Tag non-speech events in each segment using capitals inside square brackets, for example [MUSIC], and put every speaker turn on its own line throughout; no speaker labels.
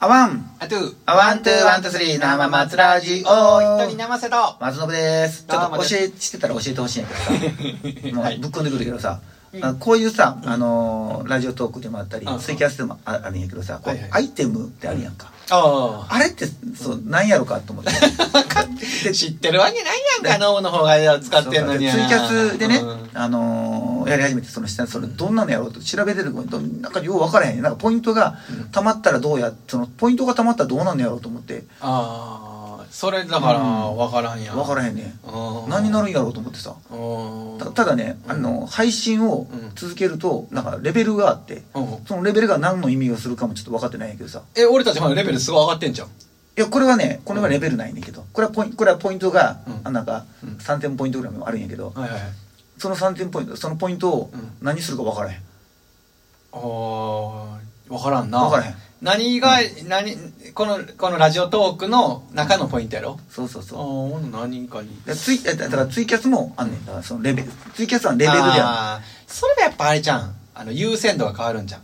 あわん
あとゥ
あワン、ツー、ワン、ツー、スリー、生松ラジオ
人に生
[LAUGHS]
瀬と
松信です。ちょっ
どう
と
も
教
です
え、してたら教えてほしいんやけど [LAUGHS] さ、も
は
う
い
ぶっこんでくるけどさ、
うん
あこういうさ、あのー、ラジオトークでもあったり
うんう、ん
ツイキャスでもああるんやけどさ、こう
はいはい
アイテムってあるやんか。
あ
あれって、そう、なんやろかと [LAUGHS] 思って。
あ知ってるわけないやんか脳の方が使ってんのに
そうそうでツイキャスでね、
うん
あのーやり始めてその下それどんなのやろうと調べてるとなんかよう分からへんねなんかポイントがたまったらどうやそのポイントがたまったらどうなんのやろうと思って
ああそれだから
うん
分からんやん
分からへんね
うん
何になるんやろうと思ってさ
うん
たただね、あの配信を続けるとなんかレベルがあって
うん
そのレベルが何の意味をするかもちょっと分かってないんやけどさ
え俺たちまだレベルすごい上がってんじゃん
いやこれはねこれはレベルないねんだけどこれはポインこれはポイントが、
うん
あなんか
うん
3000ポイントぐらいもあるんやけど
はいはい
その3000ポイントそのポイントを
うん
何するか分からへん
ああ分からんな
分からへん
何が、何このこのラジオトークの中のポイントやろ
そうそう
ああ
そう
ほんなら何かに
でツイだだからツイキャスもあんねんだからそのレベルツイキャスはレベルであ
あーそれがやっぱあれじゃんあの優先度が変わるんじゃん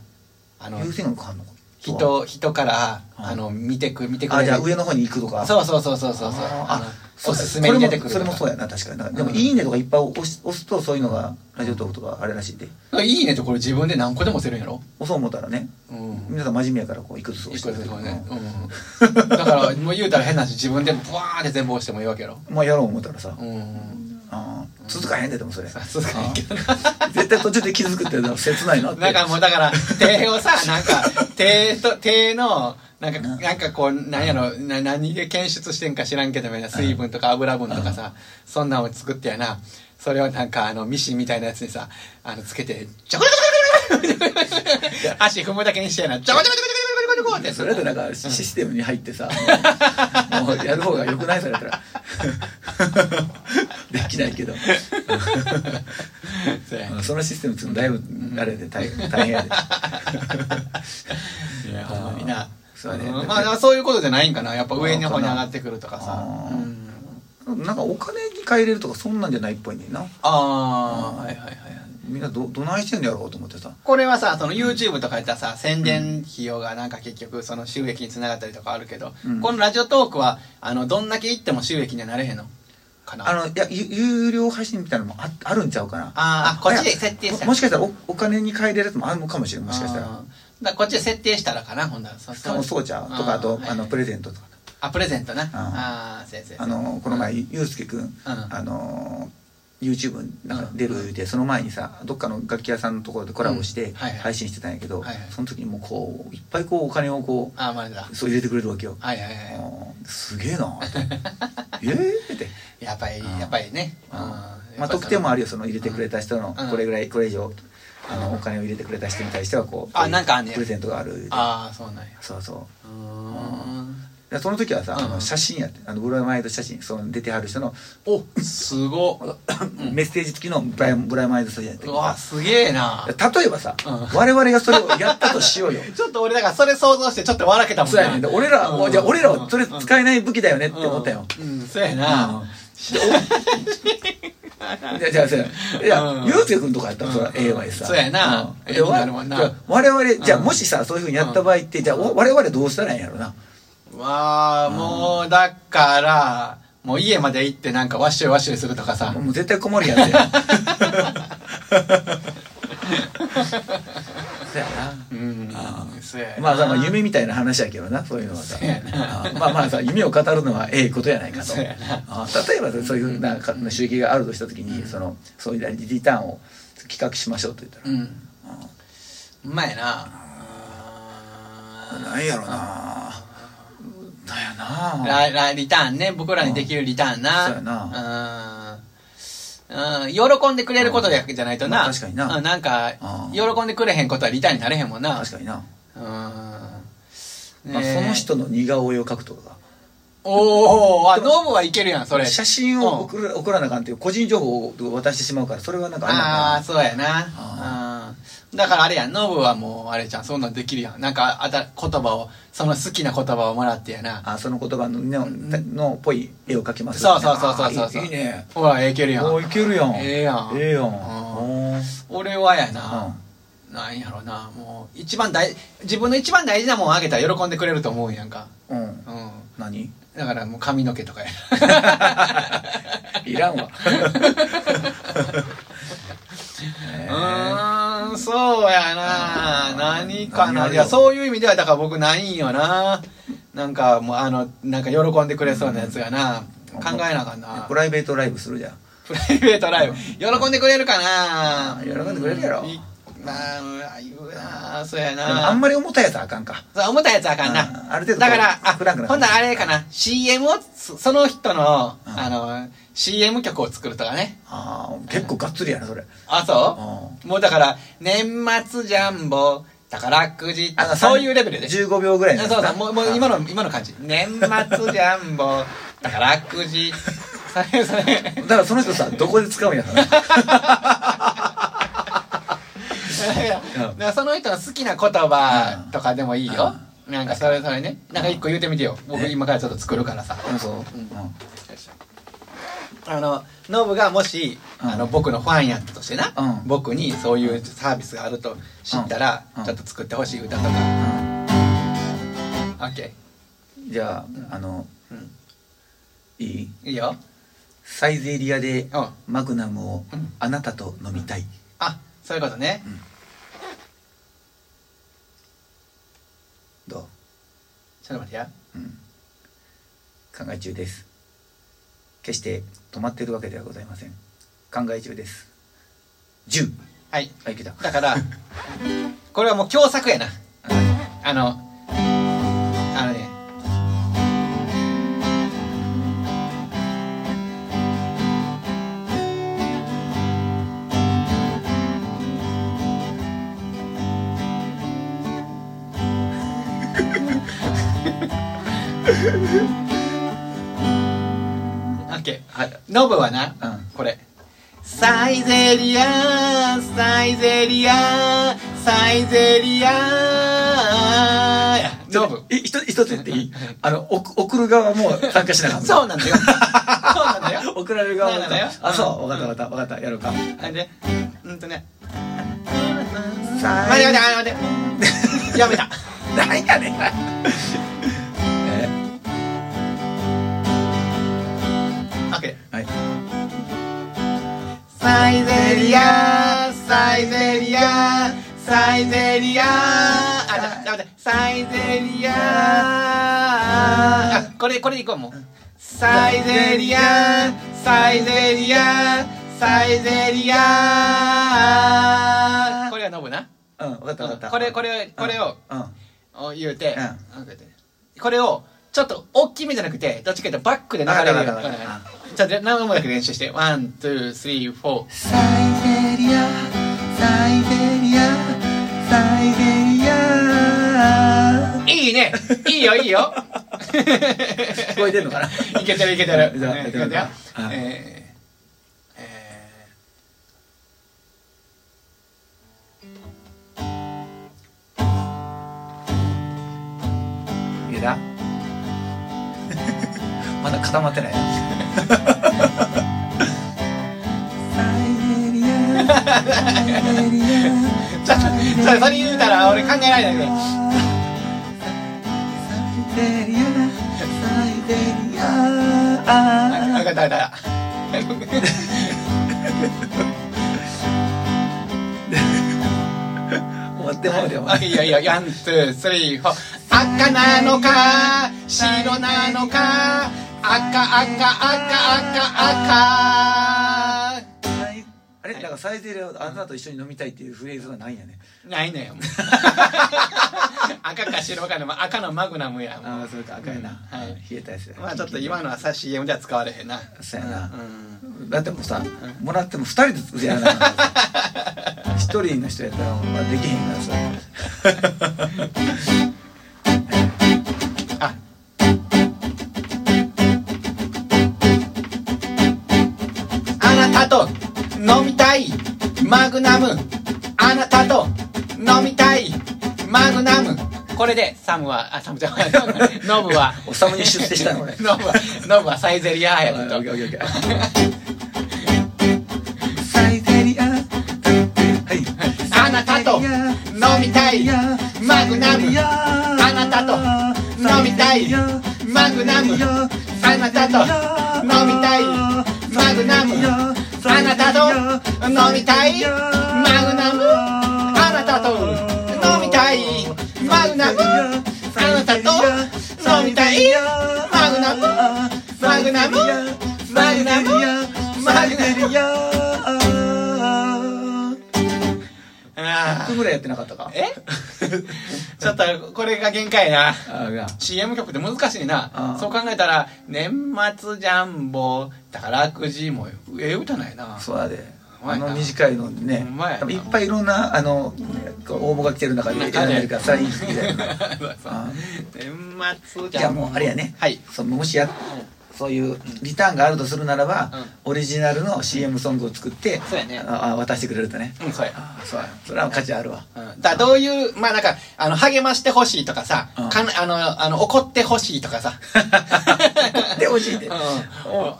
あの
る優先が変わんのか
人人から
うん
あの見てく見てくれ
あ
る
じゃあ上の方に行くとか
そうそうそうそうそうそう
あ
の
そう
おすすめに出てくる
それもそれもそう
や
やな確かになんかでも「
うん
いいね」とかいっぱい押し押すとそういうのがラジオトークとかあれらしいんで
いいねとこれ自分で何個でも押せるんやろ
そう思ったらね
うん
皆さん真面目やからこういくつ押
一
して
個
る
ず
け
つ
ど
ね、うん、だからもう言うたら変な話自分でブワーって全部押してもいいわけやろ
まあやろう思ったらさ
うん
あー続かへんででもそれ
さすがにけどな
絶対途中で気づくってなんか切ないなって
なんかもうだから手をさなんか手と手のなんかなんかこうなんやろな何で検出してんか知らんけどみんな水分とか油分とかさそんなんを作ってやなそれをなんかあのミシンみたいなやつにさあのつけてちょこちょこちょこちょこちょこ足踏むだけにしてやなちょこちょこちょこちょこちょこちょこって
それだとなんかシステムに入
[LAUGHS]
ってさ、もうもうやる方が良くないそれやったら [LAUGHS] できないけど
そうや
うんそのシステムつくのだいぶあれで大
[LAUGHS]
変大変やで
いやほんまにな
そうね
うんまあそういうことじゃないんかなやっぱ上の方に上がってくるとかさ
あー
うん
なんかお金に換えれるとかそんなんじゃないっぽいねんな
ああはいはいはいはい
みんなどどないしてんのやろうと思ってさ
これはさその YouTube とかやったらさ宣伝費用がなんか結局その収益につながったりとかあるけど、
うん
このラジオトークはあのどんだけ行っても収益にはなれへんのかな
あのいやゆ有料配信みたいなのもああるんちゃうかな
あーこっちで
いや
設定した
ももしかしたらおお金に換えれるやつもあるのかもしれんもしかした
あーだ
ら
からこっちで設定したらかなほんならそ
しかもそうちゃうとかあとあのプレゼントとか
あプレゼントな
あ
ああ先生
あのこの前ゆうすけくんあの YouTube なんか出る言うてその前にさどっかの楽器屋さんのところでコラボし
う
て
んはいはい
配信してたんやけど
はいはい
その時にもうこういっぱいこうお金をこ
ああマジだ
うそう入れてくれるわけよ
はいはい
あ
は
ーすげえな
[LAUGHS]
と思ってええって
いやっぱり
うん
やっぱりね
うんまあ特典もあるよその入れてくれた人の
うん
これぐらいこれ以上あのお金を入れてくれた人に対してはこう
あなんかあんねや
プレゼントがある言うて
ああーそうなんや
そうそう
うーん
でその時はさ、あ
う
の
ん
写真やってあのブラマイド写真その出てはる人の
おすごっ
メッセージ付きのブラブラマイド写真やって
うわすげ
[LAUGHS]
えな
例えばさ、
うん
我々がそれをやったとしよう
[LAUGHS]
よ
ちょっと俺だからそれ想像してちょっと笑けたもん
そうやねんで俺らは、じゃあ俺らはそれ
え
使えない武器だよねって思ったよ、
うん、うんそうや
うんい
な。
や、じゃあ、そうや。いや
う、ん
ゆうすけくんとかやったら、それは
うん
ええわいさ。
そうやな
うん
ええ
で、わ
なるもんな
じゃあ我々、じゃあ、
うん
もしさ、そういうふうにやった場合って、じゃあ、お我々どうしたらええんやろな。
わあ、もう、だから、もう家まで行ってなんかワッシュワッシュするとかさ。
もう絶対困るや
[LAUGHS]
つや。そうやな。
うん
あ。
そうやな。
まあさ、まあ、夢みたいな話やけどな、そういうのはさ
そうや。な
あまあまあさ、夢を語るのはええことやないかと
そうやな。
あ例えばさそういうなんか収益があるとしたときに、その、そういうリターンを企画しましょうと言ったら
う。ん。うまいな。
なんやろななんやな
ララリターンね僕らにできるリターンな
そうや
うんうん喜んでくれることだけじゃないとな、
まあ確かにな
うんなんか
うん
喜んでくれへんことはリターンになれへんもんな
確かにな、
うん、
まあ、
ねえ
その人の似顔絵を描くとか
おおあノブはいけるやんそれ
写真を送ら送らなあかんっていう個人情報を渡してしまうからそれはなんかあんな
ああ
んか
そうやなうんだからあれやんノブはもうあれじゃんそんなんできるやんなんかあた言葉をその好きな言葉をもらってやな
なあその言葉のねのっぽい絵を描きます
そうそうそうそうそう
あいいいいね
ほらいけるやん
おいけるやん
ええやん
ええやん
うん
おー
俺はや
う
な、
ん
なんやろなもう一番大自分の一番大事なもんあげたら喜んでくれると思うんやんか
うん
うん [LAUGHS]
何
だからもう髪の毛とかや
[LAUGHS] いらんわ
[LAUGHS]
[LAUGHS]
う
ね
ーんそうやな何か
何あ
な
る
いやそういう意味ではだから僕ないんよななんかもうあのなんか喜んでくれそうなやつがな
うん
考えなあかんな
プライベートライブするじゃん
プライベートライブ喜んでくれるかな
あー喜んでくれるやろ
いまあ言うなそうや
で
な
もあんまり重たいやつはあかんか
そう思ったやつはあかん
うん
な。
ある程度こ
だ
う
から、あ、
フランクな
ほんならあれかな。CM を、そその人の、
うん
あの、CM 曲を作るとかね。
ああ結構がっつりやなそれ
あ、そう
あ
もうだから、年末ジャンボ、宝くじ、そういうレベルで。そう
15秒ぐらいのやつ
そうもう、もう今
の
の、今の感じ。年末ジャンボ、宝くじ、それそれ。
だからその人さどこで使うんやから
[LAUGHS] いやだからその人の好きな言葉とかでもいいよ。なんかそれそれね。なんか一個言うてみてよ。僕
え
今からちょっと作るからさ。
うんそう、
うん
うん
あのノブがもし、
うん
あの僕のファンやったとしてな、
うん
僕にそういうサービスがあると知ったら、
うん
ちょっと作ってほしい歌とか、オッケ
じゃああの
ー、うん、
いい
いいよ、
サイゼリアで
うん、
マグナムを
うん
あなたと飲みたい
あそういうことね、
ど
ちょっと待ってや
う、うん、考え中です決して止まってるわけではございません考え中です10
はい
あいけた
だから [LAUGHS] これはもう共作やな
あ
あのあのね [LAUGHS] オッケ
はい
ーノブはな、
うん
これサイゼリアサイゼリアサイゼリアや
ちょ
ノ
っ
ブ
とい一つ一つ言っていいあのおく送る側も参加しなかった
[LAUGHS] そうなんだよそうなんだよ
[LAUGHS] 送られる側も
そうなのよ
あそう分かった分かった分かったやろうか
なんでうんとね
さあ
待て待て待て待てやめた
何やねん [LAUGHS] え
OK
はい
サイゼリアサイゼリアサイゼリアあ、だ、だ、サイゼリアあ、これ、これいこうもう。サイゼリアサイゼリアサイゼリアこれはノブな。
うん分かった分かった
これ、これ、これを
うん
お言うて、
うん
あこうやってこれを、ちょっと大きめじゃなくて、どっちかというとバックで流れるような
わかっ
感じ
たわかっ。
ちょっと何音だけ練習して。ワン、ツー、スリー、フォー。
サイゼリアサイゼリアサイゼリア
いいねいいよいいよ
聞こえてんのかない
けてるいけてる。
[LAUGHS] じゃあ
ね
やっ
い
て
け
み
て
よう
るよ
かはい
えーえ
いけた [LAUGHS] まだ固まってないなサイゼリア
ーちょちょそれ言うたら俺考えられないね。
サイゼリアサイゼリ
あ
ア
わかったわかった。
終わってもうでも
あいいよいいよワンツースリーフォー赤なのか白なのか赤赤赤赤赤
はいあれなんかサイゼリアをあなたと一緒に飲みたいっていうフレーズがないんやね
な
[LAUGHS]
いのよもう赤か白かでも赤のマグナムやも
ああそうか赤いな、
うんはい
冷えたやつや
うまあちょっと今のはさ CM では使われへんな
そうやな
うん
だってもうさ、もらっても二人ずつやらなあかんからさ
[LAUGHS]
一人の人やったらもうまあできへんからさ
ああなたと飲みたいマグナムあなたと飲みたいマグナムこれでサムはあサムじ
[LAUGHS]
ゃないノブは
おサムに出世したの俺
ノブはノブはサイゼリアや
あ
と
オッケーオッケーオッケーサイゼリアはい
あなたと
や
飲みたいマグナムあなたと飲みたいマグナムあなたと飲みたいマグナムあなたと飲みたいマグナムあなたと飲みたいマグナムあなたと飲みたいマグナムマグナムマグナムマグナムあ
100ぐらいやってなかったか
えちょっとこれが限界やな
ああいや
CM 曲って難しいな
あ
そう考えたら「年末ジャンボ宝くじ」もええ歌ないな
そうやで
うま
あ
いな
の短いのにね
うまいない
っぱいいろんなあのこう応募が来てる中で選んでるからそれはいい時期だよ
[LAUGHS] そう
あ
年末
じ
ジャ
ゃあ
ンボ
もうあれやね
はい
そのもしやそういうリターンがあるとするならば、オリジナルの CM ソングを作って、
そうやね
ああ渡してくれるとね
うんそうや
ああそうやそれは価値あるわ
うんだからどういう、まあなんか、あの、励ましてほしいとかさ、
うん
かなあの、あの、怒ってほしいとか
[LAUGHS]
さ。
[LAUGHS] で欲しいって、
うん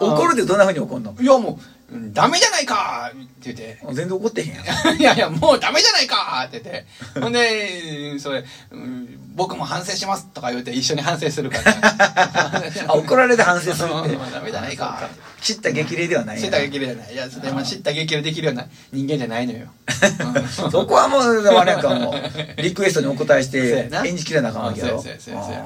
お怒るってどんなふうに怒るの
いやもううん、ダメじゃないかって言って。
全然怒ってへんやん
[LAUGHS] いやいや、もうダメじゃないかって言って。ほんで、それ、うん僕も反省しますとか言うて一緒に反省するから。
あ怒られて反省
[LAUGHS]
するって
うんダメだねか
あそう知った激励ではない
知
や
った激励じゃない。いや、それまあ知った激励できるような人間じゃないのよ。うん
[LAUGHS] そこはもうあれやんかもうリクエストにお答えし
そう
て
やな
演じきれなあかんわけやろ
そうやそうやそうや
あ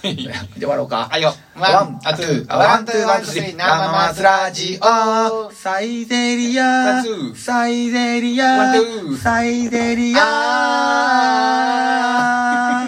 そうや
ーで終わろうか
あいよワンアツー
ワンツーワンツースリー
生マスラジオ
サイゼリア
ワンツー
サイゼリ
ワン
ア
ツー
サイゼリア
あ